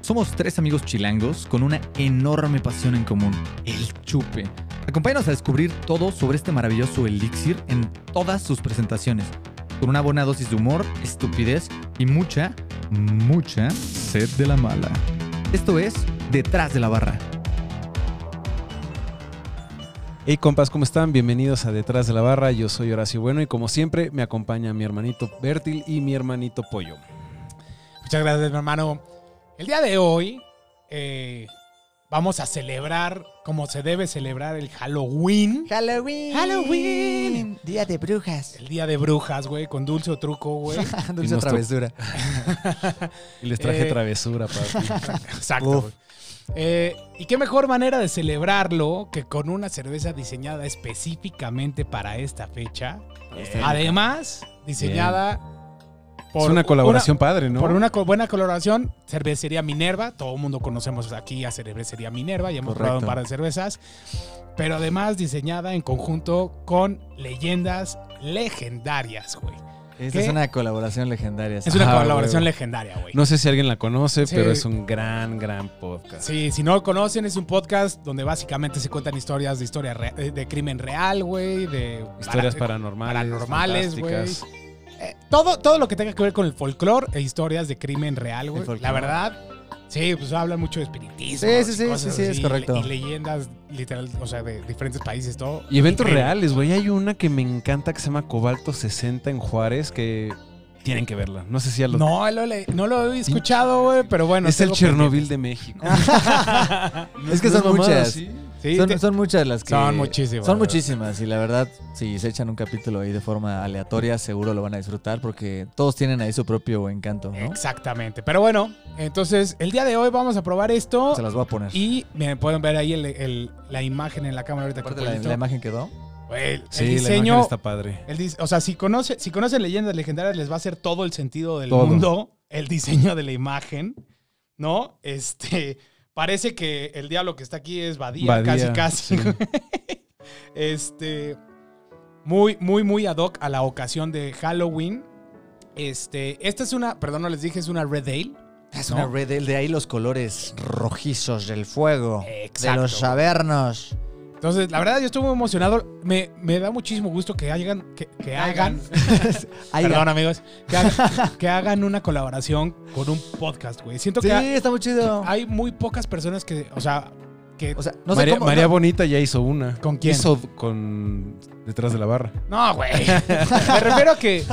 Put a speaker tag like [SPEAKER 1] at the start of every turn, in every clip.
[SPEAKER 1] Somos tres amigos chilangos con una enorme pasión en común, el chupe. Acompáñanos a descubrir todo sobre este maravilloso elixir en todas sus presentaciones, con una buena dosis de humor, estupidez y mucha, mucha sed de la mala. Esto es Detrás de la Barra.
[SPEAKER 2] Hey compas, ¿cómo están? Bienvenidos a Detrás de la Barra. Yo soy Horacio Bueno y como siempre me acompaña mi hermanito Bertil y mi hermanito Pollo.
[SPEAKER 3] Muchas gracias, mi hermano. El día de hoy eh, vamos a celebrar como se debe celebrar el Halloween.
[SPEAKER 4] Halloween.
[SPEAKER 3] Halloween.
[SPEAKER 4] Día de brujas.
[SPEAKER 3] El día de brujas, güey, con dulce o truco, güey.
[SPEAKER 2] Dulce travesura. Y les traje
[SPEAKER 3] Ah, Eh.
[SPEAKER 2] travesura, papi.
[SPEAKER 3] Exacto. güey. Eh, y qué mejor manera de celebrarlo que con una cerveza diseñada específicamente para esta fecha. Además, diseñada por
[SPEAKER 2] es una colaboración padre, ¿no?
[SPEAKER 3] Por una co- buena coloración, cervecería Minerva. Todo el mundo conocemos aquí a cervecería Minerva. Ya hemos
[SPEAKER 2] Correcto.
[SPEAKER 3] probado un par de cervezas. Pero además diseñada en conjunto con leyendas legendarias, güey.
[SPEAKER 5] Esta
[SPEAKER 3] ¿Qué?
[SPEAKER 5] es una colaboración legendaria.
[SPEAKER 3] Es una
[SPEAKER 2] Ah,
[SPEAKER 3] colaboración
[SPEAKER 2] huevo.
[SPEAKER 3] legendaria, güey.
[SPEAKER 2] No sé si alguien la conoce,
[SPEAKER 3] Sí.
[SPEAKER 2] pero es un gran, gran podcast.
[SPEAKER 3] Sí, si no lo conocen, es un podcast donde básicamente se cuentan historias de historia re- eh, de crimen real, güey, de
[SPEAKER 2] Historias
[SPEAKER 3] para-
[SPEAKER 2] paranormales.
[SPEAKER 3] paranormales, güey.
[SPEAKER 2] fantásticas.
[SPEAKER 3] eh, todo, todo lo que tenga que ver con el folclore e historias de crimen real, güey.
[SPEAKER 5] El folclore.
[SPEAKER 3] La verdad, sí, pues hablan mucho de espiritismo.
[SPEAKER 5] Sí, sí,
[SPEAKER 3] y
[SPEAKER 5] sí,
[SPEAKER 3] cosas
[SPEAKER 5] sí, sí, es
[SPEAKER 3] así,
[SPEAKER 5] correcto.
[SPEAKER 3] Y leyendas, literal, o sea, de diferentes países, todo.
[SPEAKER 2] Y eventos
[SPEAKER 3] Increíble.
[SPEAKER 2] reales, güey. Hay una que me encanta que se llama Cobalto 60 en Juárez que tienen que verla. No sé si ya lo...
[SPEAKER 3] No lo, le- no lo he escuchado, güey, pero bueno.
[SPEAKER 2] es el
[SPEAKER 3] tengo
[SPEAKER 2] Chernobyl de México.
[SPEAKER 5] Es que son
[SPEAKER 2] mamada,
[SPEAKER 5] muchas.
[SPEAKER 2] ¿sí?
[SPEAKER 3] pendiente. Sí,
[SPEAKER 5] son,
[SPEAKER 3] te-
[SPEAKER 5] son muchas las que.
[SPEAKER 3] son muchísimas,
[SPEAKER 5] Son
[SPEAKER 3] la verdad.
[SPEAKER 5] muchísimas. Y la verdad, si se echan un capítulo ahí de forma aleatoria, seguro lo van a disfrutar porque todos tienen ahí su propio encanto, ¿no?
[SPEAKER 3] Exactamente. Pero bueno, entonces, el día de hoy vamos a probar esto.
[SPEAKER 5] Se las voy a poner.
[SPEAKER 3] Y miren, pueden ver ahí el- el- la imagen en la cámara ahorita. que
[SPEAKER 5] Aparte, la,
[SPEAKER 3] Polito-
[SPEAKER 5] la imagen quedó.
[SPEAKER 3] Güey, el
[SPEAKER 2] Sí, la
[SPEAKER 3] diseño.
[SPEAKER 2] imagen está padre.
[SPEAKER 3] el dis- o sea, si, conoce, si conocen leyendas legendarias, les va a hacer todo el sentido del
[SPEAKER 2] Todo.
[SPEAKER 3] mundo el diseño de la imagen, ¿no? Este. Parece que el diablo que está aquí es Badía,
[SPEAKER 2] Badía,
[SPEAKER 3] casi, casi.
[SPEAKER 2] sí.
[SPEAKER 3] Este. Muy, muy, muy ad hoc a la ocasión de Halloween. Este. Esta es una. Perdón, no les dije, es una Red Ale.
[SPEAKER 5] Es
[SPEAKER 3] ¿no?
[SPEAKER 5] una red, el de ahí los colores rojizos del fuego.
[SPEAKER 3] Exacto,
[SPEAKER 5] De los
[SPEAKER 3] güey.
[SPEAKER 5] sabernos.
[SPEAKER 3] Entonces, la verdad, yo estoy muy emocionado. Me, me da muchísimo gusto que hagan. Que, que hagan.
[SPEAKER 5] Ahí
[SPEAKER 3] Perdón, amigos. Que hagan, que hagan una colaboración con un podcast, güey. Siento
[SPEAKER 5] Sí,
[SPEAKER 3] que ha-
[SPEAKER 5] está muy chido.
[SPEAKER 3] hay muy pocas personas que. O sea, que.
[SPEAKER 5] O sea, no
[SPEAKER 2] María,
[SPEAKER 5] sé cómo.
[SPEAKER 2] María
[SPEAKER 5] no-
[SPEAKER 2] Bonita ya hizo una.
[SPEAKER 3] ¿Con quién?
[SPEAKER 2] Hizo con... Detrás de la barra.
[SPEAKER 3] no, güey. me refiero a que.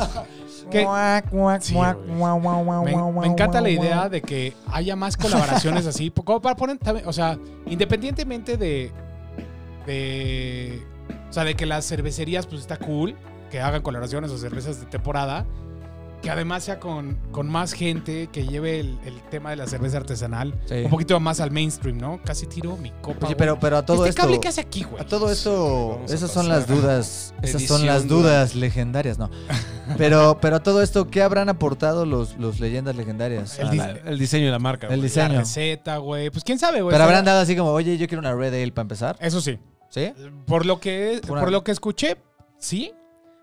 [SPEAKER 3] que-
[SPEAKER 4] Cuac, cuac,
[SPEAKER 3] Sí,
[SPEAKER 4] cuac,
[SPEAKER 3] güey.
[SPEAKER 4] guau, guau, guau,
[SPEAKER 3] Me,
[SPEAKER 4] guau,
[SPEAKER 3] me encanta
[SPEAKER 4] guau,
[SPEAKER 3] la
[SPEAKER 4] guau.
[SPEAKER 3] idea de que haya más colaboraciones así. Como para poner también, o sea, independientemente de, de. O sea, de que las cervecerías, pues está cool que hagan colaboraciones o cervezas de temporada. Que además sea con, con más gente que lleve el, el tema de la cerveza artesanal
[SPEAKER 5] Sí.
[SPEAKER 3] un poquito más al mainstream, ¿no? Casi tiro mi copa.
[SPEAKER 5] Oye,
[SPEAKER 3] güey.
[SPEAKER 5] pero, pero a todo
[SPEAKER 3] este
[SPEAKER 5] esto.
[SPEAKER 3] cable que hace aquí, güey.
[SPEAKER 5] A todo esto,
[SPEAKER 2] Vamos a
[SPEAKER 5] esas son
[SPEAKER 2] pasar
[SPEAKER 5] las
[SPEAKER 2] a la
[SPEAKER 5] dudas, esas
[SPEAKER 2] edición
[SPEAKER 5] son las
[SPEAKER 2] dura.
[SPEAKER 5] dudas legendarias, no. Pero, pero a todo esto, ¿qué habrán aportado los, los leyendas legendarias?
[SPEAKER 3] El
[SPEAKER 5] A
[SPEAKER 3] dis- pues
[SPEAKER 5] la-
[SPEAKER 2] El diseño de la marca.
[SPEAKER 5] el
[SPEAKER 2] güey.
[SPEAKER 3] La
[SPEAKER 5] diseño.
[SPEAKER 3] receta, güey. Pues quién sabe, güey.
[SPEAKER 5] Pero habrán
[SPEAKER 3] Será-
[SPEAKER 5] dado así como, oye, yo quiero una Red Ale para empezar,
[SPEAKER 3] Eso sí.
[SPEAKER 5] ¿sí?
[SPEAKER 3] Por lo que,
[SPEAKER 5] Pura-
[SPEAKER 3] por lo que escuché, sí.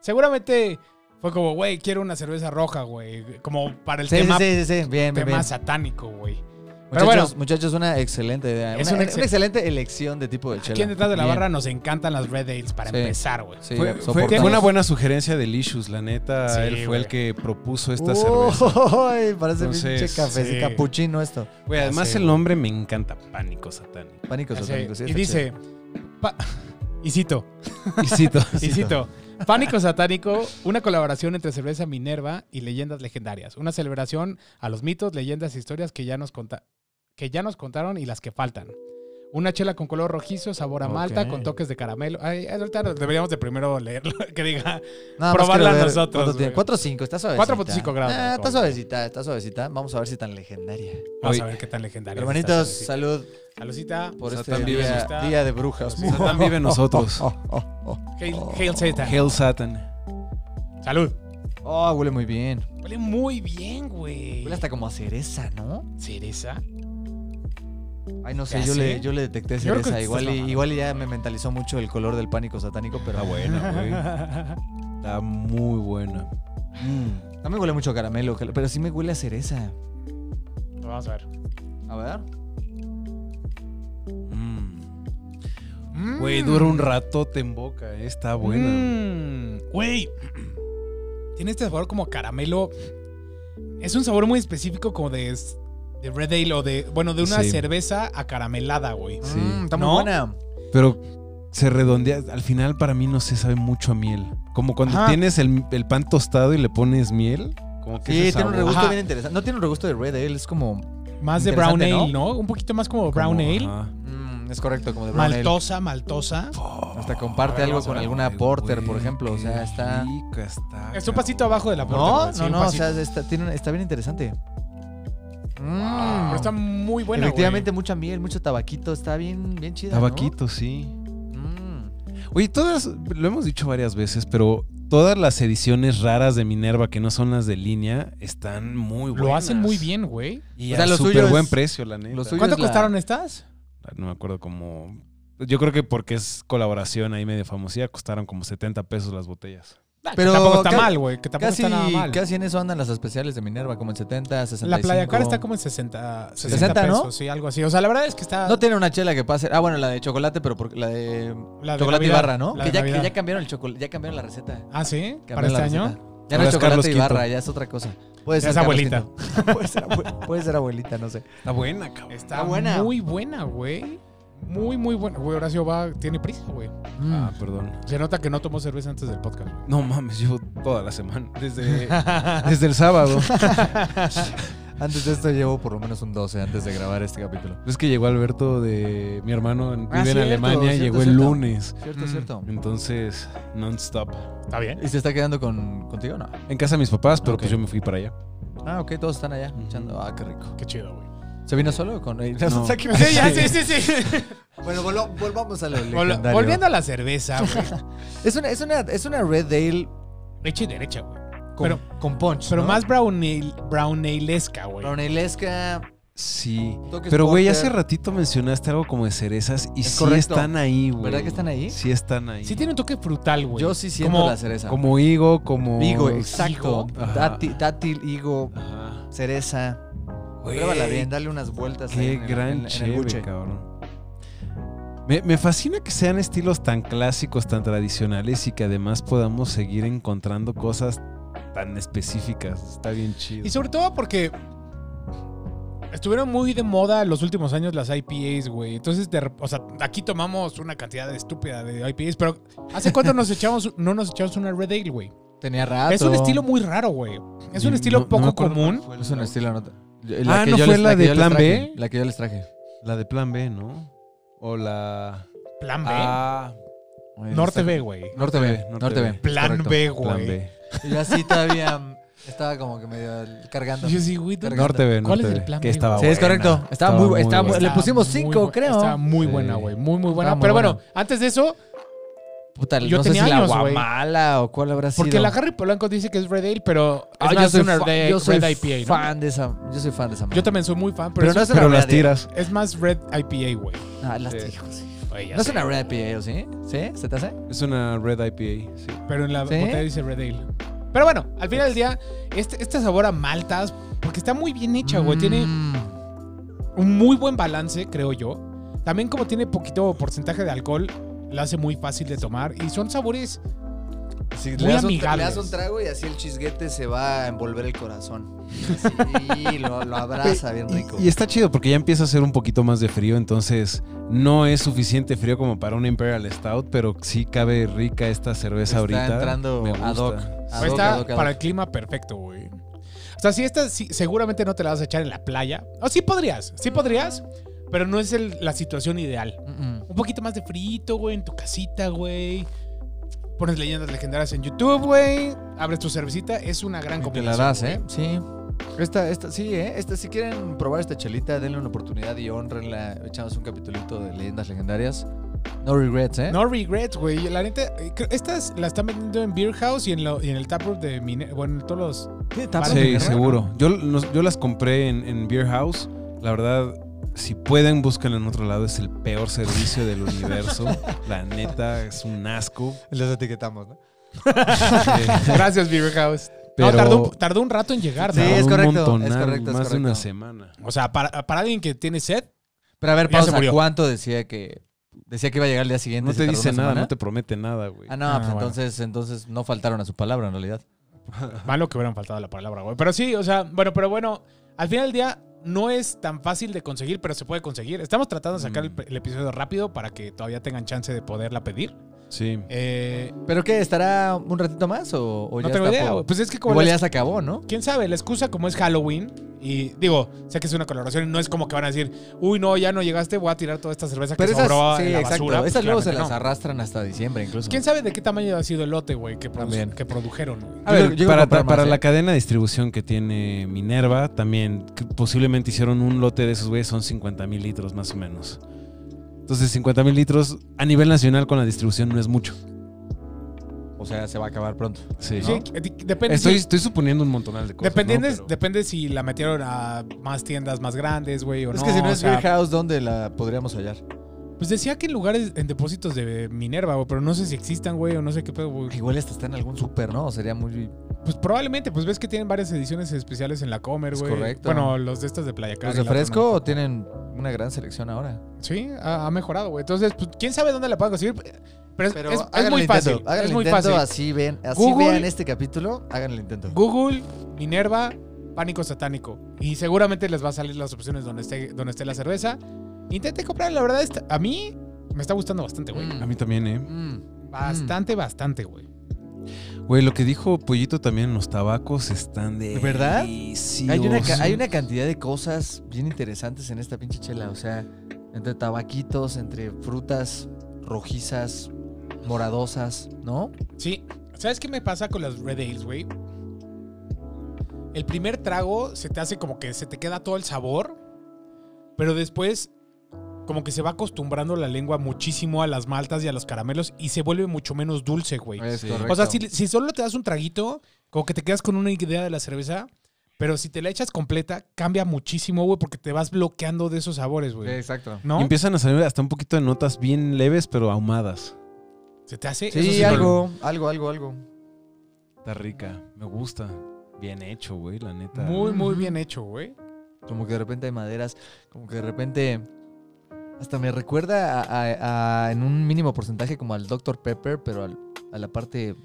[SPEAKER 3] Seguramente fue como, güey, quiero una cerveza roja, güey. Como para el
[SPEAKER 5] Sí, sí,
[SPEAKER 3] tema,
[SPEAKER 5] sí, sí, sí, bien, bien,
[SPEAKER 3] tema
[SPEAKER 5] bien.
[SPEAKER 3] satánico, güey. Pero
[SPEAKER 5] Muchachos,
[SPEAKER 3] bueno,
[SPEAKER 5] muchachos, una excelente idea.
[SPEAKER 3] Es
[SPEAKER 5] una,
[SPEAKER 3] una
[SPEAKER 5] una excelente elección de tipo de chela.
[SPEAKER 3] aquí en detrás de la
[SPEAKER 5] Bien.
[SPEAKER 3] barra nos encantan las Red Ales para
[SPEAKER 5] Sí.
[SPEAKER 3] empezar, güey.
[SPEAKER 5] Sí,
[SPEAKER 2] Fue, fue-
[SPEAKER 5] soportamos.
[SPEAKER 2] eh, fue una buena sugerencia de Licious, la neta.
[SPEAKER 3] Sí,
[SPEAKER 2] Él fue
[SPEAKER 3] güey.
[SPEAKER 2] el que propuso esta
[SPEAKER 5] Uy,
[SPEAKER 2] cerveza.
[SPEAKER 5] parece
[SPEAKER 2] Entonces,
[SPEAKER 5] pinche café,
[SPEAKER 3] sí.
[SPEAKER 5] capuchino esto.
[SPEAKER 2] Güey, además
[SPEAKER 3] sí,
[SPEAKER 2] el nombre me encanta, Pánico Satánico.
[SPEAKER 5] Pánico
[SPEAKER 3] Así,
[SPEAKER 5] satánico, sí,
[SPEAKER 3] y
[SPEAKER 5] está
[SPEAKER 3] dice, pa- y cito,
[SPEAKER 2] Y cito.
[SPEAKER 3] y cito, Pánico Satánico, una colaboración entre cerveza Minerva y leyendas legendarias. Una celebración a los mitos, leyendas e historias que ya nos, conta- que ya nos contaron y las que faltan. Una chela con color rojizo, sabor a malta,
[SPEAKER 5] Ok.
[SPEAKER 3] con toques de caramelo. Ay, ahorita deberíamos de primero leerlo, que diga
[SPEAKER 5] chido. Nada más
[SPEAKER 3] Probarla
[SPEAKER 5] quiero ver
[SPEAKER 3] nosotros,
[SPEAKER 5] cuánto
[SPEAKER 3] güey.
[SPEAKER 5] tiene. 4.5, está suavecita.
[SPEAKER 3] 4.5 grados de
[SPEAKER 5] Ah, está
[SPEAKER 3] alcohol.
[SPEAKER 5] suavecita, está suavecita. Vamos a ver si tan legendaria.
[SPEAKER 3] Vamos
[SPEAKER 2] Oye.
[SPEAKER 3] a ver qué tan legendario
[SPEAKER 5] Hermanitos, salud
[SPEAKER 3] Salucita.
[SPEAKER 5] por
[SPEAKER 2] Satán
[SPEAKER 5] este
[SPEAKER 2] vive en
[SPEAKER 5] día,
[SPEAKER 3] usted.
[SPEAKER 5] día de brujas. Oh,
[SPEAKER 2] Satán vive en nosotros.
[SPEAKER 3] Hail, Hail Satan.
[SPEAKER 2] Hail Satan.
[SPEAKER 3] Salud.
[SPEAKER 5] Oh, huele muy bien.
[SPEAKER 3] Huele muy bien, güey.
[SPEAKER 5] Huele hasta como a cereza, ¿no?
[SPEAKER 3] cereza.
[SPEAKER 5] Ay, no
[SPEAKER 3] Ya
[SPEAKER 5] sé, yo
[SPEAKER 3] sé.
[SPEAKER 5] le, ¿Ah, yo le detecté
[SPEAKER 3] Yo creo que
[SPEAKER 5] cereza.
[SPEAKER 3] estás
[SPEAKER 5] Igual, y,
[SPEAKER 3] mamando.
[SPEAKER 5] igual y ya me mentalizó mucho el color del pánico satánico, pero...
[SPEAKER 2] Está buena, güey. Está muy buena.
[SPEAKER 5] Mm. También huele mucho a caramelo, cal- pero sí me huele a cereza.
[SPEAKER 3] Vamos a ver.
[SPEAKER 5] A A ver.
[SPEAKER 2] Mm. Güey, dura un ratote en boca. eh, Está buena.
[SPEAKER 3] Mm, Güey. Tiene este sabor como a caramelo. Es un sabor muy específico como de, de Red Ale o de... Bueno, de una
[SPEAKER 2] Sí.
[SPEAKER 3] cerveza acaramelada, güey.
[SPEAKER 2] Sí.
[SPEAKER 5] Mm, está muy
[SPEAKER 3] ¿No?
[SPEAKER 5] buena.
[SPEAKER 2] Pero se redondea. Al final, para mí, no se sabe mucho a miel. Como cuando
[SPEAKER 3] Ajá.
[SPEAKER 2] tienes el, el pan tostado y le pones miel. Como que
[SPEAKER 5] Sí,
[SPEAKER 2] ese
[SPEAKER 5] tiene un
[SPEAKER 2] sabor.
[SPEAKER 5] regusto
[SPEAKER 3] Ajá.
[SPEAKER 5] bien interesante. No tiene un regusto de Red Ale, es como.
[SPEAKER 3] Más de brown
[SPEAKER 5] Interesante,
[SPEAKER 3] ale, ¿no? Un poquito más como brown
[SPEAKER 2] Como,
[SPEAKER 3] ale.
[SPEAKER 2] ajá.
[SPEAKER 5] mm, es correcto, como de Brown Ale.
[SPEAKER 3] Maltosa, maltosa.
[SPEAKER 5] Hasta comparte
[SPEAKER 2] A ver,
[SPEAKER 5] algo
[SPEAKER 2] vamos a
[SPEAKER 5] con
[SPEAKER 2] ver.
[SPEAKER 5] alguna
[SPEAKER 2] Ay,
[SPEAKER 5] porter,
[SPEAKER 2] güey,
[SPEAKER 5] por ejemplo. O
[SPEAKER 2] qué
[SPEAKER 5] sea, está.
[SPEAKER 2] rica está,
[SPEAKER 3] Es un
[SPEAKER 2] cabrón.
[SPEAKER 3] pasito abajo de la porter,
[SPEAKER 5] No,
[SPEAKER 3] güey, sí,
[SPEAKER 5] no,
[SPEAKER 3] un
[SPEAKER 5] no. O
[SPEAKER 3] pasito.
[SPEAKER 5] sea, está, tiene, está bien interesante. Mm.
[SPEAKER 3] Pero está muy buena,
[SPEAKER 5] Efectivamente,
[SPEAKER 3] güey.
[SPEAKER 5] mucha miel, mucho tabaquito. Está bien, bien chida. ¿no?
[SPEAKER 2] Tabaquito, sí.
[SPEAKER 5] Mm.
[SPEAKER 2] Oye, todas, lo hemos dicho varias veces, pero todas las ediciones raras de Minerva que no son las de línea están muy buenas.
[SPEAKER 3] Lo hacen muy bien, güey.
[SPEAKER 2] Y
[SPEAKER 5] O
[SPEAKER 2] a
[SPEAKER 5] sea, lo
[SPEAKER 2] súper
[SPEAKER 5] suyo
[SPEAKER 2] buen
[SPEAKER 5] es-
[SPEAKER 2] precio, la neta.
[SPEAKER 5] lo suyo-
[SPEAKER 3] ¿Cuánto
[SPEAKER 5] Pues es la-
[SPEAKER 3] costaron estas?
[SPEAKER 2] No me acuerdo cómo. Yo creo que porque es colaboración ahí medio famosía, costaron como 70 pesos las botellas.
[SPEAKER 3] Ah, que
[SPEAKER 5] Pero
[SPEAKER 3] tampoco está
[SPEAKER 5] ca-
[SPEAKER 3] mal, güey. Que tampoco
[SPEAKER 5] Casi,
[SPEAKER 3] está nada mal.
[SPEAKER 5] casi en eso andan las especiales de Minerva, como en 70, 65.
[SPEAKER 3] La Playa Car está como en 60, 60,
[SPEAKER 5] 60, ¿no?
[SPEAKER 3] pesos, sí, algo así. O sea, la verdad es que está...
[SPEAKER 5] No tiene una chela que pase. Ah, bueno, la de chocolate, pero por- la de
[SPEAKER 3] la de
[SPEAKER 5] chocolate
[SPEAKER 3] Navidad,
[SPEAKER 5] y barra, ¿no?
[SPEAKER 3] la
[SPEAKER 5] Que
[SPEAKER 3] de
[SPEAKER 5] ya, que
[SPEAKER 3] Navidad.
[SPEAKER 5] ya cambiaron el chocolate, ya cambiaron la receta.
[SPEAKER 3] Ah, ¿sí? ¿Para
[SPEAKER 5] Cambiaron
[SPEAKER 3] este
[SPEAKER 5] la
[SPEAKER 3] año?
[SPEAKER 5] receta. Ya no
[SPEAKER 2] Ahora
[SPEAKER 5] es
[SPEAKER 2] es
[SPEAKER 5] chocolate
[SPEAKER 2] Carlos
[SPEAKER 5] y
[SPEAKER 2] V.
[SPEAKER 5] barra, ya es otra cosa. Puede
[SPEAKER 3] Ya es
[SPEAKER 5] Carlos
[SPEAKER 3] abuelita.
[SPEAKER 5] V. puede, ser abue- puede ser abuelita, no sé.
[SPEAKER 2] Está buena, cabrón.
[SPEAKER 3] Está
[SPEAKER 5] buena.
[SPEAKER 3] muy buena, güey. Muy, muy buena. Güey, Horacio va... Tiene prisa, güey.
[SPEAKER 2] Ah,
[SPEAKER 5] Mm.
[SPEAKER 2] perdón.
[SPEAKER 3] Se nota que no tomó cerveza antes del podcast, güey.
[SPEAKER 2] No mames, llevo toda la semana. Desde,
[SPEAKER 3] Ajá.
[SPEAKER 2] desde el sábado.
[SPEAKER 5] Antes de esto llevo por lo menos un 12 antes de grabar este capítulo.
[SPEAKER 2] es que llegó Alberto de mi hermano, vive en
[SPEAKER 5] Ah, cierto,
[SPEAKER 2] Alemania,
[SPEAKER 5] cierto,
[SPEAKER 2] llegó el
[SPEAKER 5] cierto.
[SPEAKER 2] lunes.
[SPEAKER 5] Cierto,
[SPEAKER 3] Mm.
[SPEAKER 5] cierto.
[SPEAKER 2] Entonces, non-stop.
[SPEAKER 3] Está bien.
[SPEAKER 5] ¿Y se está quedando con, contigo? No.
[SPEAKER 2] En casa de mis papás, pero
[SPEAKER 5] Ok.
[SPEAKER 2] pues yo me fui para allá.
[SPEAKER 5] Ah, ok, todos están allá.
[SPEAKER 2] Ujú.
[SPEAKER 5] echando- Ah, qué rico.
[SPEAKER 3] Qué chido, güey.
[SPEAKER 5] ¿Se vino solo o con
[SPEAKER 2] No.
[SPEAKER 3] Sí, ya, sí, sí, sí.
[SPEAKER 5] Bueno, volvo- volvamos a lo
[SPEAKER 3] Vol-
[SPEAKER 5] legendario.
[SPEAKER 3] Volviendo a la cerveza, güey.
[SPEAKER 5] Es una, es una, es una Red Ale
[SPEAKER 3] Hecha y derecha, güey.
[SPEAKER 5] con,
[SPEAKER 3] Pero-
[SPEAKER 5] con punch,
[SPEAKER 3] Pero
[SPEAKER 5] ¿no?
[SPEAKER 3] más brown ale- brown ale-esca, güey.
[SPEAKER 5] Brownalesca,
[SPEAKER 2] Sí.
[SPEAKER 5] toques
[SPEAKER 2] Pero, güey,
[SPEAKER 5] porter.
[SPEAKER 2] hace ratito mencionaste algo como de cerezas y
[SPEAKER 5] Es
[SPEAKER 2] sí
[SPEAKER 5] correcto.
[SPEAKER 2] están ahí, güey.
[SPEAKER 5] ¿Verdad que están ahí?
[SPEAKER 2] Sí están ahí.
[SPEAKER 3] Sí tiene un toque frutal, güey.
[SPEAKER 5] Yo sí siento
[SPEAKER 3] Como-
[SPEAKER 5] la cereza.
[SPEAKER 2] Como higo, como.
[SPEAKER 5] Higo, exacto.
[SPEAKER 2] Higo. Ajá.
[SPEAKER 5] Dátil, dátil, higo,
[SPEAKER 2] Ajá.
[SPEAKER 5] cereza.
[SPEAKER 2] Güey,
[SPEAKER 5] Pruébala bien, dale unas vueltas. ahí
[SPEAKER 2] Qué
[SPEAKER 5] en el- en- en
[SPEAKER 2] gran
[SPEAKER 5] el
[SPEAKER 2] chévere,
[SPEAKER 5] buche.
[SPEAKER 2] cabrón. Me, me fascina que sean estilos tan clásicos, tan tradicionales y que además podamos seguir encontrando cosas tan específicas. Está bien chido.
[SPEAKER 3] Y sobre todo porque estuvieron muy de moda en los últimos años las IPAs, güey. Entonces, de rep- o sea, aquí tomamos una cantidad de estúpida de IPAs, pero ¿hace cuánto nos echamos, no nos echamos una Red Ale, güey?
[SPEAKER 5] Tenía rato.
[SPEAKER 3] Es un estilo muy raro, güey. Es
[SPEAKER 2] Y
[SPEAKER 3] un estilo
[SPEAKER 2] no- no
[SPEAKER 3] poco
[SPEAKER 2] me acuerdo cuál
[SPEAKER 3] común.
[SPEAKER 2] fue
[SPEAKER 5] Es un
[SPEAKER 2] la-
[SPEAKER 5] estilo, no te- yo-
[SPEAKER 2] Ah,
[SPEAKER 5] que
[SPEAKER 2] ¿no
[SPEAKER 5] yo
[SPEAKER 2] fue
[SPEAKER 5] les-
[SPEAKER 2] la
[SPEAKER 5] que
[SPEAKER 2] de
[SPEAKER 5] yo les
[SPEAKER 2] Plan
[SPEAKER 5] traje,
[SPEAKER 2] B?
[SPEAKER 5] La que yo les traje.
[SPEAKER 2] La de plan B, ¿no? O la.
[SPEAKER 3] Plan B.
[SPEAKER 2] Ah,
[SPEAKER 3] Norte B, güey.
[SPEAKER 5] Norte B. Norte B.
[SPEAKER 3] Plan
[SPEAKER 5] correcto.
[SPEAKER 3] B,
[SPEAKER 2] plan
[SPEAKER 3] güey.
[SPEAKER 2] B.
[SPEAKER 5] Y yo así todavía mm, estaba como que medio cargando.
[SPEAKER 3] Yo sí, güey.
[SPEAKER 5] Cargando.
[SPEAKER 2] Norte B,
[SPEAKER 3] ¿Cuál
[SPEAKER 2] Norte
[SPEAKER 3] es el
[SPEAKER 2] B,
[SPEAKER 3] plan
[SPEAKER 2] que
[SPEAKER 3] B,
[SPEAKER 2] estaba
[SPEAKER 5] Sí, es
[SPEAKER 2] buena.
[SPEAKER 5] correcto. Estaba muy bu- estaba
[SPEAKER 2] buena.
[SPEAKER 5] Le pusimos
[SPEAKER 3] Está muy
[SPEAKER 5] cinco,
[SPEAKER 3] bu-
[SPEAKER 5] creo.
[SPEAKER 3] Está muy
[SPEAKER 2] Sí.
[SPEAKER 3] buena, güey. Muy, muy buena.
[SPEAKER 5] Estaba muy
[SPEAKER 3] Pero bueno,
[SPEAKER 5] buena.
[SPEAKER 3] antes de eso,
[SPEAKER 5] Puta,
[SPEAKER 3] Yo
[SPEAKER 5] no
[SPEAKER 3] tenía
[SPEAKER 5] sé si
[SPEAKER 3] años,
[SPEAKER 5] la
[SPEAKER 3] güey.
[SPEAKER 5] guamala o cuál habrá sido.
[SPEAKER 3] porque la Harry Polanco dice que es Red Ale, pero es
[SPEAKER 5] Ah,
[SPEAKER 3] más
[SPEAKER 5] yo soy,
[SPEAKER 3] una
[SPEAKER 5] fa-
[SPEAKER 3] Red,
[SPEAKER 5] yo soy
[SPEAKER 3] Red IPA, ¿no?
[SPEAKER 5] fan de esa. Yo soy fan de esa. madre.
[SPEAKER 3] Yo también soy muy fan, pero,
[SPEAKER 5] Pero
[SPEAKER 3] es,
[SPEAKER 5] no es una
[SPEAKER 2] Pero las
[SPEAKER 5] Red Ale.
[SPEAKER 2] tiras.
[SPEAKER 3] es más Red IPA, güey.
[SPEAKER 5] Ah, las
[SPEAKER 2] Sí.
[SPEAKER 5] hijos.
[SPEAKER 3] Oye, ya
[SPEAKER 5] No es
[SPEAKER 3] sé.
[SPEAKER 5] una Red IPA, ¿o ¿sí? ¿Sí? ¿Se te hace?
[SPEAKER 2] Es una Red IPA, sí.
[SPEAKER 3] Pero en la
[SPEAKER 5] ¿Sí?
[SPEAKER 3] botella dice Red Ale. Pero bueno, al final del
[SPEAKER 5] Pues.
[SPEAKER 3] día, este, este sabor a maltas, porque está muy bien hecha, güey. Tiene
[SPEAKER 5] Mm.
[SPEAKER 3] un muy buen balance, creo yo. También como tiene poquito porcentaje de alcohol, la hace muy fácil de tomar. Y son sabores...
[SPEAKER 5] Sí,
[SPEAKER 3] Muy
[SPEAKER 5] le, das un,
[SPEAKER 3] amigables.
[SPEAKER 5] le das un trago y así el chisguete se va a envolver el corazón. Y lo, lo abraza bien
[SPEAKER 2] Y-
[SPEAKER 5] rico.
[SPEAKER 2] Y, está chido porque ya empieza a hacer un poquito más de frío, entonces no es suficiente frío como para un Imperial Stout, pero sí cabe rica esta cerveza
[SPEAKER 5] Está
[SPEAKER 2] ahorita.
[SPEAKER 5] entrando
[SPEAKER 2] Me
[SPEAKER 5] ad hoc.
[SPEAKER 2] gusta.
[SPEAKER 3] Pues
[SPEAKER 5] Ad hoc,
[SPEAKER 3] está
[SPEAKER 5] ad hoc, ad hoc.
[SPEAKER 3] para el clima perfecto, güey. O sea, si esta sí, seguramente no te la vas a echar en la playa. O sí podrías, sí podrías, pero no es el- la situación ideal.
[SPEAKER 5] Mm, mm.
[SPEAKER 3] Un poquito más de frito, güey, en tu casita, güey. Pones leyendas legendarias en YouTube, güey. Abres tu cervecita. Es una gran
[SPEAKER 5] Y Te
[SPEAKER 3] combinación.
[SPEAKER 5] la das,
[SPEAKER 3] güey.
[SPEAKER 5] ¿eh? Sí. Esta, esta, sí, ¿eh? Esta, si quieren probar esta chelita, denle una oportunidad y honrenla. Echamos un capitulito de leyendas legendarias. No regrets, ¿eh?
[SPEAKER 3] No regrets, güey. La neta, eh, creo- estas la están vendiendo en Beer House y en, lo- y en el taproom de Mine- Bueno, en todos los.
[SPEAKER 5] Tapa
[SPEAKER 3] Vale,
[SPEAKER 2] Sí,
[SPEAKER 5] primero.
[SPEAKER 2] seguro. Yo, los- yo las compré en, en Beer House. La verdad, si pueden, búsquenla en otro lado. Es el peor servicio del universo. La neta, es un asco.
[SPEAKER 5] Los etiquetamos, ¿no?
[SPEAKER 2] Eh,
[SPEAKER 3] Gracias, Beer House.
[SPEAKER 2] Pero
[SPEAKER 3] No, tardó, un- tardó un rato en llegar,
[SPEAKER 5] Sí,
[SPEAKER 3] ¿no?
[SPEAKER 2] tardó
[SPEAKER 5] es
[SPEAKER 2] un
[SPEAKER 5] correcto,
[SPEAKER 2] montonal,
[SPEAKER 5] es correcto, es
[SPEAKER 2] Más de una
[SPEAKER 5] correcto.
[SPEAKER 2] semana.
[SPEAKER 3] O sea, para, para alguien que tiene sed,
[SPEAKER 5] Pero a ver,
[SPEAKER 3] Ya se
[SPEAKER 5] pausa.
[SPEAKER 3] murió.
[SPEAKER 5] ¿Cuánto decía que decía que iba a llegar el día siguiente?
[SPEAKER 2] No
[SPEAKER 5] y
[SPEAKER 2] te
[SPEAKER 5] se tardó
[SPEAKER 2] dice
[SPEAKER 5] una
[SPEAKER 2] nada,
[SPEAKER 5] semana?
[SPEAKER 2] no te promete nada, güey.
[SPEAKER 5] Ah, no,
[SPEAKER 3] Ah,
[SPEAKER 5] pues
[SPEAKER 3] bueno.
[SPEAKER 5] entonces, entonces no faltaron a su palabra en realidad.
[SPEAKER 3] malo que hubieran faltado la palabra, güey. Pero sí, o sea, bueno, pero bueno, al final del día no es tan fácil de conseguir, pero se puede conseguir. Estamos tratando de sacar
[SPEAKER 5] Mm.
[SPEAKER 3] el, el episodio rápido para que todavía tengan chance de poderla pedir.
[SPEAKER 2] Sí.
[SPEAKER 3] Eh,
[SPEAKER 5] ¿Pero qué? ¿Estará un ratito más o, o
[SPEAKER 3] no
[SPEAKER 5] Pues ya
[SPEAKER 3] tengo
[SPEAKER 5] está
[SPEAKER 3] idea,
[SPEAKER 5] por-
[SPEAKER 3] güey. Pues es que como
[SPEAKER 5] Igual
[SPEAKER 3] la-
[SPEAKER 5] ya se acabó, ¿no?
[SPEAKER 3] quién sabe, la excusa como es Halloween y digo, sé que es una colaboración, no es como que van a decir, uy, no, ya no llegaste, voy a tirar toda esta cerveza
[SPEAKER 5] Pero
[SPEAKER 3] que
[SPEAKER 5] esas,
[SPEAKER 3] sobró
[SPEAKER 5] sí,
[SPEAKER 3] en la
[SPEAKER 5] exacto.
[SPEAKER 3] basura. Pues,
[SPEAKER 5] esas luego se las
[SPEAKER 3] claramente no. Pues
[SPEAKER 5] arrastran hasta diciembre incluso.
[SPEAKER 3] ¿Quién sabe de qué tamaño ha sido el lote, güey, que, produ-
[SPEAKER 5] También.
[SPEAKER 3] que produjeron? güey?
[SPEAKER 2] A
[SPEAKER 5] Yo
[SPEAKER 2] ver,
[SPEAKER 5] creo- yo creo
[SPEAKER 2] para,
[SPEAKER 5] comprar más,
[SPEAKER 2] para
[SPEAKER 5] ¿eh?
[SPEAKER 2] la cadena de distribución que tiene Minerva, también que posiblemente hicieron un lote de esos güeyes, son 50 mil litros más o menos. Entonces, 50 mil litros a nivel nacional con la distribución no es mucho.
[SPEAKER 5] O sea, se va a acabar pronto.
[SPEAKER 2] Sí.
[SPEAKER 3] Sí, eh, di- depende.
[SPEAKER 2] Estoy,
[SPEAKER 3] sí,
[SPEAKER 2] estoy suponiendo un montonal de cosas.
[SPEAKER 3] dependiendo-
[SPEAKER 2] ¿no? Pero-
[SPEAKER 3] Depende si la metieron a más tiendas más grandes, güey, o
[SPEAKER 5] es
[SPEAKER 3] no.
[SPEAKER 5] que si no
[SPEAKER 3] o
[SPEAKER 5] es
[SPEAKER 3] sea,
[SPEAKER 5] Beer House, ¿dónde la podríamos hallar?
[SPEAKER 3] pues decía que en lugares, en depósitos de Minerva, güey, pero no sé si existan, güey, o no sé qué pedo, güey.
[SPEAKER 5] Igual hasta está en algún súper, ¿no? Sería muy...
[SPEAKER 3] Pues probablemente, pues ves que tienen varias ediciones especiales en la Comer,
[SPEAKER 5] Es
[SPEAKER 3] güey.
[SPEAKER 5] correcto.
[SPEAKER 3] Bueno, los de estas de Playa Cara.
[SPEAKER 5] ¿Los
[SPEAKER 3] y la otra no.
[SPEAKER 5] refrescos tienen una gran selección ahora?
[SPEAKER 3] Sí, ha, ha mejorado, güey. Entonces, pues, quién sabe dónde la puedan conseguir. Pero es, es- es
[SPEAKER 5] hagan
[SPEAKER 3] muy
[SPEAKER 5] el intento,
[SPEAKER 3] fácil.
[SPEAKER 5] hagan
[SPEAKER 3] Es
[SPEAKER 5] el
[SPEAKER 3] muy
[SPEAKER 5] intento,
[SPEAKER 3] fácil.
[SPEAKER 5] Así, ven, así
[SPEAKER 3] Google-
[SPEAKER 5] vean este capítulo, hagan el intento.
[SPEAKER 3] Google, Minerva, pánico satánico. Y seguramente les va a salir las opciones donde esté, donde esté la cerveza. Intente comprar, la verdad, está- a mí me está gustando bastante, güey.
[SPEAKER 5] Mm.
[SPEAKER 2] A mí también, ¿eh?
[SPEAKER 5] Mm.
[SPEAKER 3] Bastante, bastante, güey.
[SPEAKER 2] Güey, lo que dijo Pollito también, los tabacos están de.
[SPEAKER 5] ¿Verdad? Hay una, ca- hay una cantidad de cosas bien interesantes en esta pinche chela. O sea, entre tabaquitos, entre frutas rojizas, moradosas, ¿no?
[SPEAKER 3] Sí. ¿Sabes qué me pasa con las Red Ales, güey? El primer trago se te hace como que se te queda todo el sabor, pero después como que se va acostumbrando la lengua muchísimo a las maltas y a los caramelos y se vuelve mucho menos dulce, güey.
[SPEAKER 2] sí.
[SPEAKER 3] O sea, si, si solo te das un traguito, como que te quedas con una idea de la cerveza, pero si te la echas completa, cambia muchísimo, güey, porque te vas bloqueando de esos sabores, güey.
[SPEAKER 5] Exacto.
[SPEAKER 3] ¿No?
[SPEAKER 2] Y empiezan a salir hasta un poquito de notas bien leves, pero ahumadas.
[SPEAKER 3] Se te hace...
[SPEAKER 5] Sí,
[SPEAKER 3] eso sí,
[SPEAKER 5] algo, algo, algo, algo.
[SPEAKER 2] Está rica, me gusta. Bien hecho, güey, la neta.
[SPEAKER 3] Muy, muy bien hecho, güey.
[SPEAKER 5] Como que de repente hay maderas, como que de repente... Hasta me recuerda a, a- a- en un mínimo porcentaje como al Dr. Pepper, pero al- a la parte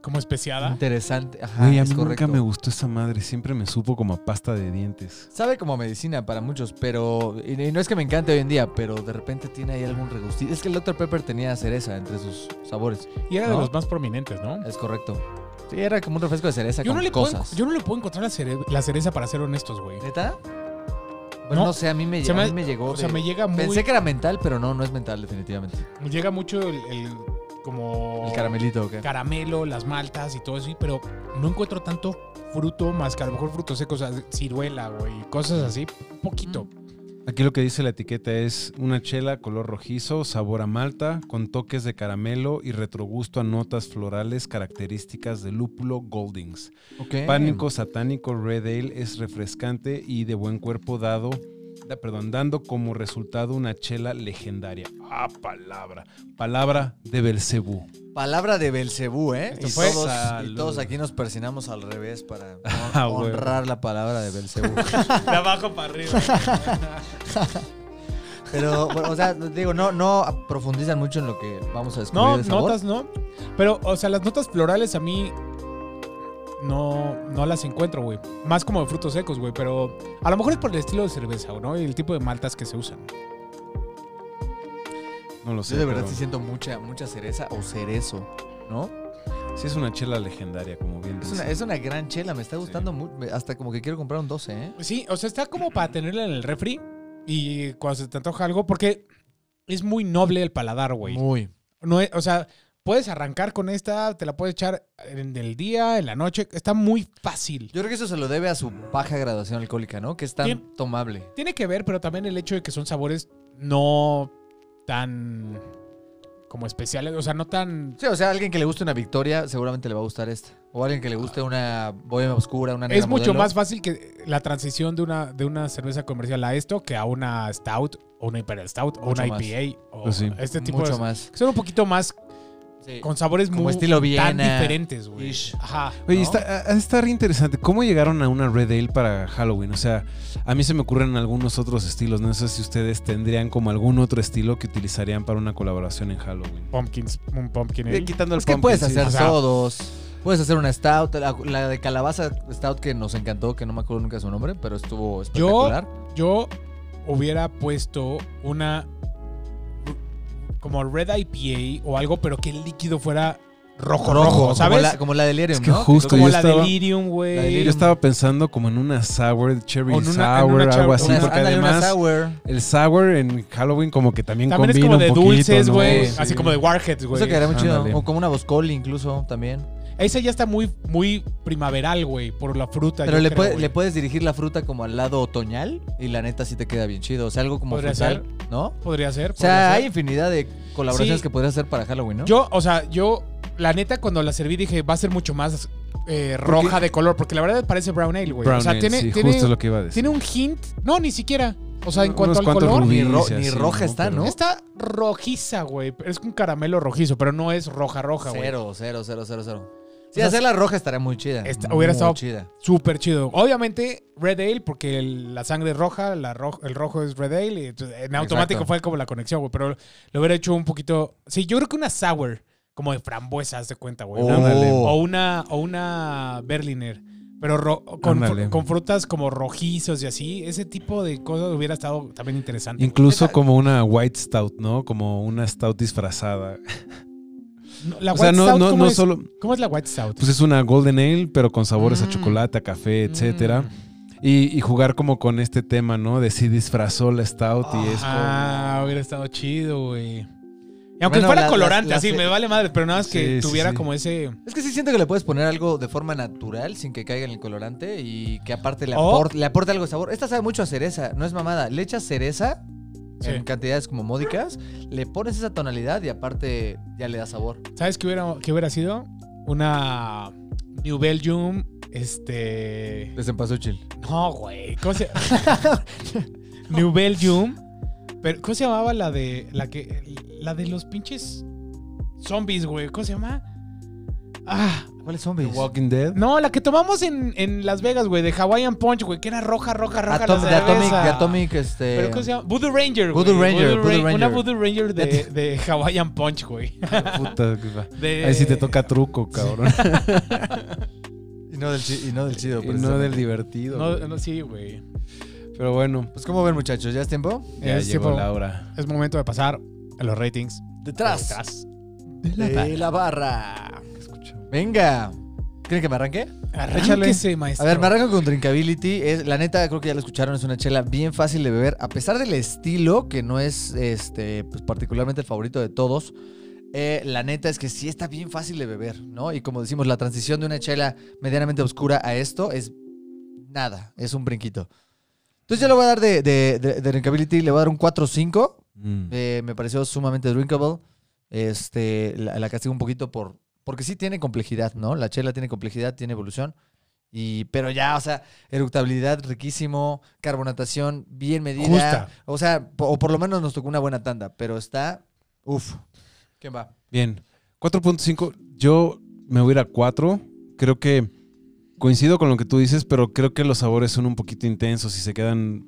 [SPEAKER 3] Como especiada.
[SPEAKER 5] interesante. Ajá,
[SPEAKER 2] Güey, a
[SPEAKER 5] Ah, es
[SPEAKER 2] mí
[SPEAKER 5] correcto.
[SPEAKER 2] nunca me gustó esa madre. Siempre me supo como a pasta de dientes.
[SPEAKER 5] Sabe como a medicina para muchos, pero. Y y no es que me encante hoy en día, pero de repente tiene ahí algún regustito. Es que el Dr. Pepper tenía cereza entre sus sabores.
[SPEAKER 3] Y era de
[SPEAKER 5] ¿No?
[SPEAKER 3] los más prominentes, ¿no?
[SPEAKER 5] Es correcto. Sí, era como un refresco de cereza
[SPEAKER 3] Yo
[SPEAKER 5] con
[SPEAKER 3] no, le puedo,
[SPEAKER 5] cosas.
[SPEAKER 3] enco- yo no le puedo encontrar la, cere- la cereza para ser honestos, güey.
[SPEAKER 5] ¿Neta? Bueno, no,
[SPEAKER 3] No.
[SPEAKER 5] sé, a mí me,
[SPEAKER 3] Se
[SPEAKER 5] a
[SPEAKER 3] me-
[SPEAKER 5] mí me llegó.
[SPEAKER 3] O sea,
[SPEAKER 5] de-
[SPEAKER 3] me llega muy...
[SPEAKER 5] Pensé que era mental, pero no, no es mental, definitivamente.
[SPEAKER 3] Llega mucho el... el- como...
[SPEAKER 5] El caramelito, ¿ok?
[SPEAKER 3] caramelo, las maltas y todo eso, y- pero no encuentro tanto fruto más que a lo mejor frutos secos, o sea, ciruela, güey, cosas así, poquito.
[SPEAKER 2] Aquí lo que dice la etiqueta es una chela color rojizo, sabor a malta, con toques de caramelo y retrogusto a notas florales características de lúpulo Goldings.
[SPEAKER 5] Ok.
[SPEAKER 2] Pánico satánico Red Ale es refrescante y de buen cuerpo dado, da- perdón, dando como resultado una chela legendaria. Ah, palabra. Palabra de Belcebú.
[SPEAKER 5] Palabra de Belcebú, ¿eh?
[SPEAKER 3] Esto
[SPEAKER 5] Y
[SPEAKER 3] fue-
[SPEAKER 5] todos, y
[SPEAKER 2] Salud.
[SPEAKER 5] todos aquí nos persinamos al revés para hon-
[SPEAKER 2] Ah, güey.
[SPEAKER 5] honrar la palabra de Belcebú.
[SPEAKER 3] De abajo para arriba.
[SPEAKER 5] Pero, bueno, o sea, digo, no, no profundizan mucho en lo que vamos a descubrir
[SPEAKER 3] No,
[SPEAKER 5] de sabor.
[SPEAKER 3] notas no. Pero, o sea, las notas florales a mí no, no las encuentro, güey. Más como de frutos secos, güey, pero a lo mejor es por el estilo de cerveza, ¿o ¿no? Y el tipo de maltas que se usan.
[SPEAKER 2] No lo sé.
[SPEAKER 5] Yo de verdad
[SPEAKER 2] pero
[SPEAKER 5] sí siento mucha, mucha cereza o cerezo, ¿no?
[SPEAKER 2] sí es una chela legendaria, como bien
[SPEAKER 5] Es
[SPEAKER 2] dice.
[SPEAKER 5] una, es una gran chela, me está gustando mu- me- Hasta como que quiero comprar un 12, ¿eh?
[SPEAKER 3] Sí, o sea, está como para tenerla en el refri y cuando se te antoja algo, porque es muy noble el paladar, güey.
[SPEAKER 5] Muy.
[SPEAKER 3] No es- o sea, puedes arrancar con esta, te la puedes echar en el día, en la noche. Está muy fácil.
[SPEAKER 5] Yo creo que eso se lo debe a su baja graduación alcohólica, ¿no? Que es tan
[SPEAKER 3] Sí.
[SPEAKER 5] tomable.
[SPEAKER 3] Tiene que ver, pero también el hecho de que son sabores no tan como especiales, o sea, no tan...
[SPEAKER 5] Sí, o sea, alguien que le guste una victoria seguramente le va a gustar esta. O alguien que le guste una bohemia oscura, una negra
[SPEAKER 3] Es mucho
[SPEAKER 5] modelo.
[SPEAKER 3] más fácil que la transición de una, de una cerveza comercial a esto que a una Stout o una Imperial Stout o
[SPEAKER 5] Mucho
[SPEAKER 3] una
[SPEAKER 5] más.
[SPEAKER 3] IPA o
[SPEAKER 2] Pues sí.
[SPEAKER 3] este tipo
[SPEAKER 5] mucho
[SPEAKER 3] de...
[SPEAKER 5] más.
[SPEAKER 3] Son un poquito más
[SPEAKER 5] Sí.
[SPEAKER 3] con sabores
[SPEAKER 5] Como
[SPEAKER 3] muy
[SPEAKER 5] estilo
[SPEAKER 3] tan
[SPEAKER 5] Viena,
[SPEAKER 3] diferentes, güey.
[SPEAKER 5] ish.
[SPEAKER 3] Ajá.
[SPEAKER 2] Oye,
[SPEAKER 5] ¿no?
[SPEAKER 2] está, a- a- está re interesante. ¿Cómo llegaron a una Red Ale para Halloween? O sea, a mí se me ocurren algunos otros estilos. No sé si ustedes tendrían como algún otro estilo que utilizarían para una colaboración en Halloween.
[SPEAKER 3] Pumpkins, un pumpkin.
[SPEAKER 2] Eh,
[SPEAKER 3] ale.
[SPEAKER 2] Quitando el
[SPEAKER 5] Es que
[SPEAKER 2] pumpkin,
[SPEAKER 5] puedes
[SPEAKER 2] sí.
[SPEAKER 5] hacer
[SPEAKER 3] o sea-
[SPEAKER 5] todos. Puedes hacer una stout, la, la de calabaza stout que nos encantó, que no me acuerdo nunca su nombre, pero estuvo espectacular.
[SPEAKER 3] Yo hubiera puesto una como red IPA o algo, pero que el líquido fuera rojo, rojo, ¿sabes?
[SPEAKER 5] Como la, como la delirium,
[SPEAKER 2] Es que
[SPEAKER 5] ¿no?
[SPEAKER 2] justo
[SPEAKER 3] Como
[SPEAKER 2] yo
[SPEAKER 3] la
[SPEAKER 2] estaba-
[SPEAKER 3] delirium,
[SPEAKER 5] La Delirium.
[SPEAKER 3] güey.
[SPEAKER 2] Yo estaba pensando como en una sour, cherry
[SPEAKER 3] O en una- en
[SPEAKER 2] sour,
[SPEAKER 3] una
[SPEAKER 2] algo
[SPEAKER 3] char-
[SPEAKER 2] así,
[SPEAKER 5] Una-
[SPEAKER 2] porque
[SPEAKER 5] ándale, una
[SPEAKER 2] además
[SPEAKER 5] sour.
[SPEAKER 2] el sour en Halloween como que también,
[SPEAKER 3] También es
[SPEAKER 2] combina
[SPEAKER 3] como de
[SPEAKER 2] un poquito,
[SPEAKER 3] dulces,
[SPEAKER 2] ¿no?
[SPEAKER 3] güey.
[SPEAKER 2] Sí.
[SPEAKER 3] Así como de Warheads, güey.
[SPEAKER 5] Eso quedaría muy chido.
[SPEAKER 2] Ándale.
[SPEAKER 5] O como una boscoli incluso también.
[SPEAKER 3] Ese ya está muy, muy primaveral, güey, por la fruta.
[SPEAKER 5] Pero
[SPEAKER 3] yo
[SPEAKER 5] le,
[SPEAKER 3] creo,
[SPEAKER 5] puede-
[SPEAKER 3] güey.
[SPEAKER 5] le puedes dirigir la fruta como al lado otoñal y la neta sí te queda bien chido. O sea, algo como
[SPEAKER 3] Podría
[SPEAKER 5] frutal, ¿no?
[SPEAKER 3] Podría ser.
[SPEAKER 5] O sea, hay
[SPEAKER 3] podría ser.
[SPEAKER 5] infinidad de colaboraciones
[SPEAKER 3] Sí.
[SPEAKER 5] que podrías hacer para Halloween, ¿no?
[SPEAKER 3] Yo, o sea, yo, la neta, cuando la serví dije, va a ser mucho más eh, roja de color, porque la verdad parece brown ale, güey.
[SPEAKER 2] Brown
[SPEAKER 3] O sea,
[SPEAKER 2] ale,
[SPEAKER 3] tiene,
[SPEAKER 2] sí,
[SPEAKER 3] tiene,
[SPEAKER 2] justo es lo que iba a decir.
[SPEAKER 3] tiene un hint. No, ni siquiera. O sea, en
[SPEAKER 2] Unos
[SPEAKER 3] cuanto al
[SPEAKER 2] cuantos
[SPEAKER 3] color.
[SPEAKER 5] Ni, ro-
[SPEAKER 2] Sí,
[SPEAKER 5] ni
[SPEAKER 2] sí, ¿no?
[SPEAKER 5] roja está,
[SPEAKER 2] Pero-
[SPEAKER 5] ¿no?
[SPEAKER 3] Está rojiza, güey. pero Es un caramelo rojizo, pero no es roja, roja, güey.
[SPEAKER 5] Cero, cero, cero, cero, cero. Sí,
[SPEAKER 3] O sea,
[SPEAKER 5] hacerla roja estaría muy chida.
[SPEAKER 3] Esta-
[SPEAKER 5] muy
[SPEAKER 3] hubiera estado-
[SPEAKER 5] chida.
[SPEAKER 3] Súper chido. Obviamente, Red Ale, porque el- la sangre es roja, la ro- el rojo es Red Ale. y entonces, en automático
[SPEAKER 5] Exacto.
[SPEAKER 3] fue como la conexión, güey. Pero lo hubiera hecho un poquito. Sí, yo creo que una sour, como de frambuesa, haz de cuenta, güey.
[SPEAKER 5] Oh.
[SPEAKER 3] Pues ¿no? O una, o una Berliner. Pero ro- con, fr-
[SPEAKER 2] Ándale.
[SPEAKER 3] con frutas como rojizos y así. Ese tipo de cosas hubiera estado también interesante. güey.
[SPEAKER 2] Incluso como una white stout, ¿no? Como una stout disfrazada.
[SPEAKER 3] Eh, No, La
[SPEAKER 2] o sea,
[SPEAKER 3] White
[SPEAKER 2] no,
[SPEAKER 3] Stout,
[SPEAKER 2] no,
[SPEAKER 3] ¿cómo
[SPEAKER 2] no
[SPEAKER 3] es?
[SPEAKER 2] solo...
[SPEAKER 3] ¿Cómo es la White Stout?
[SPEAKER 2] Pues es una golden ale, pero con sabores a
[SPEAKER 3] Mm.
[SPEAKER 2] chocolate, a café, etcétera.
[SPEAKER 3] Mm.
[SPEAKER 2] Y, y jugar como con este tema, ¿no? De si disfrazó la stout y es
[SPEAKER 3] Ah, hubiera estado chido, güey. Y aunque
[SPEAKER 5] Bueno,
[SPEAKER 3] fuera
[SPEAKER 5] la-
[SPEAKER 3] colorante,
[SPEAKER 5] la- la
[SPEAKER 3] así,
[SPEAKER 5] fe-
[SPEAKER 3] me vale madre, pero nada más que
[SPEAKER 2] Sí, sí,
[SPEAKER 3] tuviera
[SPEAKER 2] sí.
[SPEAKER 3] como ese.
[SPEAKER 5] Es que sí siento que le puedes poner algo de forma natural sin que caiga en el colorante y que aparte le,
[SPEAKER 3] O-
[SPEAKER 5] aport- le aporte algo de sabor. Esta sabe mucho a cereza, no es mamada. Le echas cereza
[SPEAKER 3] Sí.
[SPEAKER 5] en cantidades como módicas, le pones esa tonalidad y aparte ya le da sabor.
[SPEAKER 3] ¿Sabes qué hubiera, qué hubiera sido? Una New Belgium, este.
[SPEAKER 5] Desempasúchil.
[SPEAKER 3] No, güey. ¿Cómo se New Belgium. Pero, ¿Cómo se llamaba la de. La que. La de los pinches zombies, güey. ¿Cómo se llama? Ah.
[SPEAKER 5] ¿Cuáles
[SPEAKER 2] The
[SPEAKER 5] zombies?
[SPEAKER 2] Walking Dead.
[SPEAKER 3] No, la que tomamos en, en Las Vegas, güey, de Hawaiian Punch, güey, que era roja, roja, roja.
[SPEAKER 5] Atom-
[SPEAKER 3] la
[SPEAKER 5] de Atomic,
[SPEAKER 3] cerveza.
[SPEAKER 5] de Atomic, este.
[SPEAKER 3] ¿Pero cómo se llama? Voodoo Ranger, güey.
[SPEAKER 5] Voodoo Ranger,
[SPEAKER 3] Ra-
[SPEAKER 5] Voodoo Ranger.
[SPEAKER 3] Una Voodoo Ranger de, de Hawaiian Punch, güey.
[SPEAKER 2] Puta, que va.
[SPEAKER 3] De-
[SPEAKER 2] Ahí sí te toca truco, cabrón.
[SPEAKER 5] Y no del, chi- y no del chido,
[SPEAKER 2] y no del divertido.
[SPEAKER 3] No,
[SPEAKER 2] güey.
[SPEAKER 3] no, sí, güey.
[SPEAKER 2] Pero bueno,
[SPEAKER 5] Pues, ¿cómo ven, muchachos? ¿Ya es tiempo?
[SPEAKER 2] ya
[SPEAKER 3] Es,
[SPEAKER 2] llegó
[SPEAKER 3] tiempo-
[SPEAKER 2] la hora.
[SPEAKER 3] es momento de pasar a los ratings. Detrás.
[SPEAKER 5] De la barra.
[SPEAKER 2] Escucha.
[SPEAKER 5] Venga. ¿Quieren que me arranque?
[SPEAKER 3] Arránquese,
[SPEAKER 5] A
[SPEAKER 3] maestro.
[SPEAKER 5] ver, me arranco con Drinkability. Es, la neta, creo que ya lo escucharon, es una chela bien fácil de beber. A pesar del estilo, que no es este, pues, particularmente el favorito de todos, eh, la neta es que sí está bien fácil de beber, ¿no? Y como decimos, la transición de una chela medianamente oscura a esto es nada, es un brinquito. Entonces yo le voy a dar de, de, de- de Drinkability, le voy a dar un 4-5.
[SPEAKER 2] Mm.
[SPEAKER 5] Eh, me pareció sumamente drinkable. Este, la, la castigo un poquito por. Porque sí tiene complejidad, ¿no? La chela tiene complejidad, tiene evolución. Y, pero ya, o sea, eructabilidad riquísimo, carbonatación bien medida.
[SPEAKER 3] Justa.
[SPEAKER 5] O sea, po- o por lo menos nos tocó una buena tanda, pero está. Uf. ¿Quién va?
[SPEAKER 2] Bien. 4.5. Yo me voy a ir a 4. Creo que coincido con lo que tú dices, pero creo que los sabores son un poquito intensos y se quedan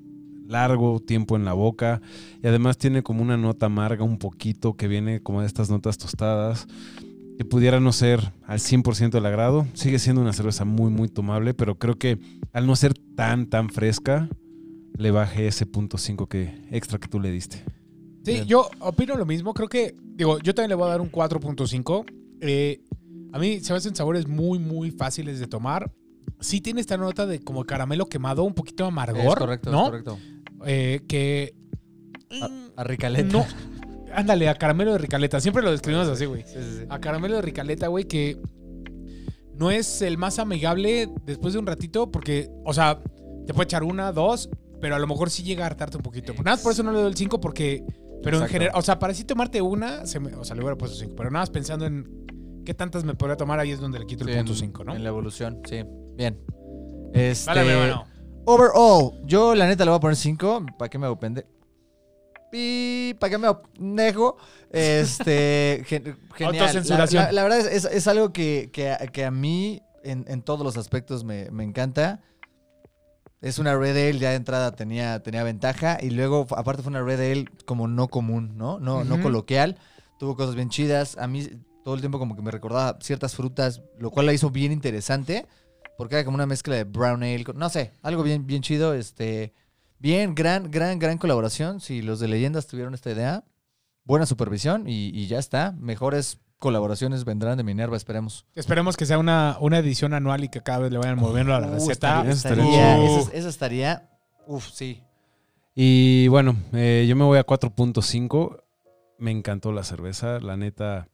[SPEAKER 2] largo tiempo en la boca. Y además tiene como una nota amarga un poquito que viene como de estas notas tostadas. Que pudiera no ser al 100% del agrado. Sigue siendo una cerveza muy, muy tomable, pero creo que al no ser tan, tan fresca, le bajé ese punto 5 que, extra que tú le diste.
[SPEAKER 3] Sí,
[SPEAKER 5] Bien.
[SPEAKER 3] yo opino lo mismo. Creo que, digo, yo también le voy a dar un 4.5. Eh, a mí se me hacen sabores muy, muy fáciles de tomar. Sí tiene esta nota de como caramelo quemado, un poquito amargor,
[SPEAKER 5] Es correcto,
[SPEAKER 3] ¿no?
[SPEAKER 5] es correcto. Ah,
[SPEAKER 3] Eh, que...
[SPEAKER 5] A Ricaleta.
[SPEAKER 3] No. Ándale, a caramelo de ricaleta. Siempre lo describimos así, güey.
[SPEAKER 5] Sí, sí, sí.
[SPEAKER 3] A caramelo de ricaleta, güey, que no es el más amigable después de un ratito, porque, o sea, te puede echar una, dos, pero a lo mejor sí llega a hartarte un poquito. Nada más por eso no le doy el 5, porque. Pero en
[SPEAKER 5] Exacto.
[SPEAKER 3] general, o sea, para sí tomarte una, se me- o sea, le hubiera puesto 5, pero nada más pensando en qué tantas me podría tomar, ahí es donde le quito el
[SPEAKER 5] Sí, en-
[SPEAKER 3] punto 5, ¿no?
[SPEAKER 5] En la evolución, sí. Bien. Este,
[SPEAKER 3] Vale, mi hermano.
[SPEAKER 5] Overall, yo la neta le voy a poner 5. ¿Para qué me hago pende? pi, para que me onego. Este, gen- genial. La,
[SPEAKER 3] Autocensuración.
[SPEAKER 5] la- la verdad es, es, es algo que, que, a- que a mí en, en todos los aspectos me, me encanta. Es una Red Ale, ya de entrada tenía, tenía ventaja. Y luego, f- aparte fue una Red Ale como no común, ¿no? No, no
[SPEAKER 3] Ujú.
[SPEAKER 5] coloquial. Tuvo cosas bien chidas. A mí todo el tiempo como que me recordaba ciertas frutas, lo cual la hizo bien interesante. Porque era como una mezcla de brown ale, con- no sé, algo bien, bien chido. Este, bien, gran, gran, gran colaboración. Si los de leyendas tuvieron esta idea, buena supervisión y, y ya está. Mejores colaboraciones vendrán de Minerva, esperemos.
[SPEAKER 3] Esperemos que sea una, una edición anual y que cada vez le vayan moviendo la
[SPEAKER 5] Uh,
[SPEAKER 3] receta.
[SPEAKER 5] estaría-
[SPEAKER 2] estaría
[SPEAKER 5] estaría-
[SPEAKER 3] chido.
[SPEAKER 5] esa- esa estaría, uff, sí.
[SPEAKER 2] Y bueno, eh, yo me voy a 4.5. Me encantó la cerveza, la neta.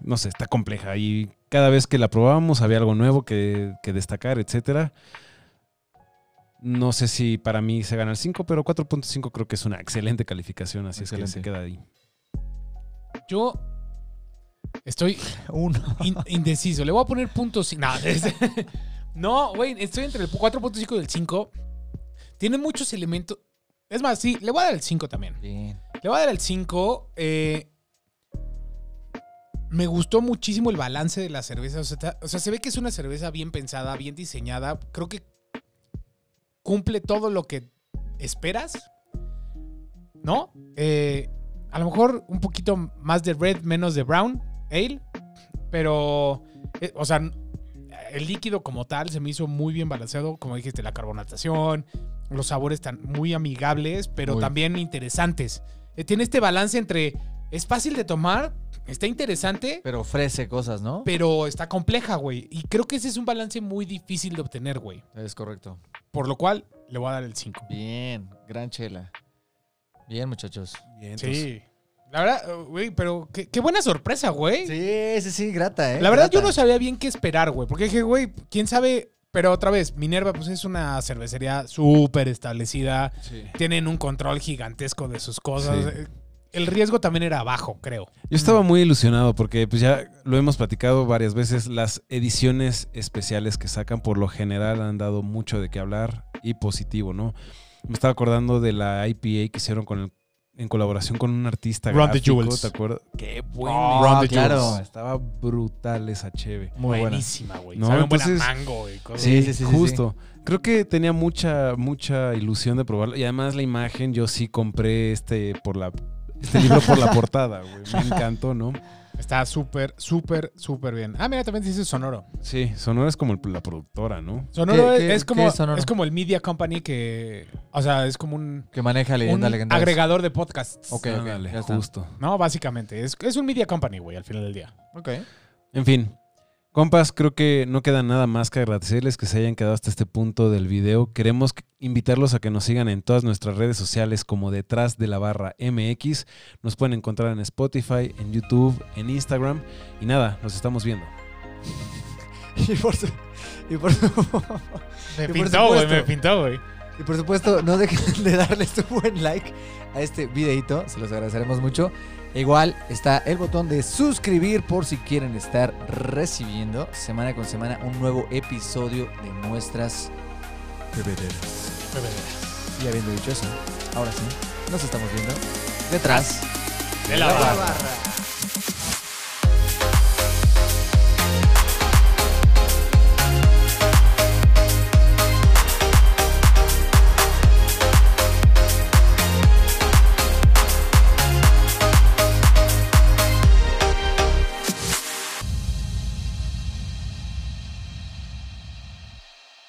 [SPEAKER 2] No sé, está compleja. Y cada vez que la probábamos había algo nuevo que, que destacar, etcétera. No sé si para mí se gana el 5, pero 4.5 creo que es una excelente calificación, así es que se
[SPEAKER 5] Excelente.
[SPEAKER 2] queda ahí.
[SPEAKER 3] Yo estoy
[SPEAKER 5] Uno.
[SPEAKER 3] in- indeciso. Le voy a poner punto cinco. No, es- No, güey, estoy entre el 4.5 y el 5. Tiene muchos elementos. Es más, sí, le voy a dar el 5 también.
[SPEAKER 5] Bien.
[SPEAKER 3] Le voy a dar el 5. eh, me gustó muchísimo el balance de la cerveza. O sea, ta- o sea, se ve que es una cerveza bien pensada, bien diseñada. Creo que cumple todo lo que esperas. ¿No? Eh, a lo mejor un poquito más de red, menos de brown ale. Pero, eh, o sea, n- el líquido como tal se me hizo muy bien balanceado. Como dijiste, la carbonatación, los sabores tan muy amigables, pero
[SPEAKER 5] Muy.
[SPEAKER 3] también interesantes. Eh, tiene este balance entre es fácil de tomar, está interesante,
[SPEAKER 5] Pero ofrece cosas, ¿no?
[SPEAKER 3] pero está compleja, güey. Y creo que ese es un balance muy difícil de obtener, güey.
[SPEAKER 5] Es correcto.
[SPEAKER 3] Por lo cual, le voy a dar el 5.
[SPEAKER 5] Bien, gran chela. Bien, muchachos.
[SPEAKER 3] Sí. La verdad, eh, güey, pero qué, qué buena sorpresa, güey.
[SPEAKER 5] Sí, sí, sí, grata, ¿eh?
[SPEAKER 3] La verdad, yo
[SPEAKER 5] Grata.
[SPEAKER 3] no sabía bien qué esperar, güey. Porque dije, güey, quién sabe. Pero otra vez, Minerva, pues es una cervecería súper establecida. Tienen un control gigantesco de sus cosas.
[SPEAKER 2] Sí.
[SPEAKER 3] Eh, El riesgo también era bajo, creo.
[SPEAKER 2] Yo estaba muy ilusionado porque pues ya lo hemos platicado varias veces, las ediciones especiales que sacan por lo general han dado mucho de qué hablar y positivo, ¿no? Me estaba acordando de la IPA que hicieron con el- en colaboración con un artista
[SPEAKER 3] Run the
[SPEAKER 2] gráfico,
[SPEAKER 3] Jewels.
[SPEAKER 2] ¿te acuerdas? Qué bueno.
[SPEAKER 3] Oh,
[SPEAKER 5] Run the Ah, claro. Jewels.
[SPEAKER 2] Estaba brutal esa cheve.
[SPEAKER 5] Muy buena.
[SPEAKER 3] Buenísima, güey.
[SPEAKER 2] No,
[SPEAKER 3] Sabe
[SPEAKER 2] entonces-
[SPEAKER 3] buena mango y cosas.
[SPEAKER 5] Sí, sí, sí, sí,
[SPEAKER 2] Justo. Creo que tenía mucha, mucha ilusión de probarla. Y además la imagen, yo sí compré este por la este libro por la portada, güey. Me encantó, ¿no?
[SPEAKER 3] Está súper, súper, súper bien. Ah, mira, también dice Sonoro.
[SPEAKER 2] Sí, Sonora es como el- la productora, ¿no?
[SPEAKER 3] Sonoro
[SPEAKER 5] ¿Qué-
[SPEAKER 3] es,
[SPEAKER 5] qué-
[SPEAKER 3] es como,
[SPEAKER 5] qué
[SPEAKER 3] es,
[SPEAKER 5] es Sonoro?
[SPEAKER 3] como el media company que... O sea, es como un,
[SPEAKER 5] Que maneja
[SPEAKER 3] un
[SPEAKER 5] leyenda legendaria.
[SPEAKER 3] agregador de podcasts.
[SPEAKER 5] Ok, ok,
[SPEAKER 2] Ándale,
[SPEAKER 5] ya está.
[SPEAKER 2] justo.
[SPEAKER 3] No, básicamente. Es, es un media company, güey, al final del día.
[SPEAKER 5] Ok.
[SPEAKER 2] En fin, compas, creo que no queda nada más que agradecerles que se hayan quedado hasta este punto del video. Queremos que- invitarlos a que nos sigan en todas nuestras redes sociales como detrás de la barra MX. Nos pueden encontrar en Spotify, en YouTube, en Instagram. Y nada, nos estamos viendo.
[SPEAKER 5] Y por, su- y por su-
[SPEAKER 3] Me
[SPEAKER 5] Y por
[SPEAKER 3] pintó, güey,
[SPEAKER 5] supuesto.
[SPEAKER 3] me pintó, güey.
[SPEAKER 5] y por supuesto, no dejen de darle su buen like a este videito. Se los agradeceremos mucho. Igual está el botón de suscribir por si quieren estar recibiendo semana con semana un nuevo episodio de nuestras bebederas. Y habiendo dicho eso, ahora sí, nos estamos viendo detrás
[SPEAKER 3] De la barra.
[SPEAKER 5] barra.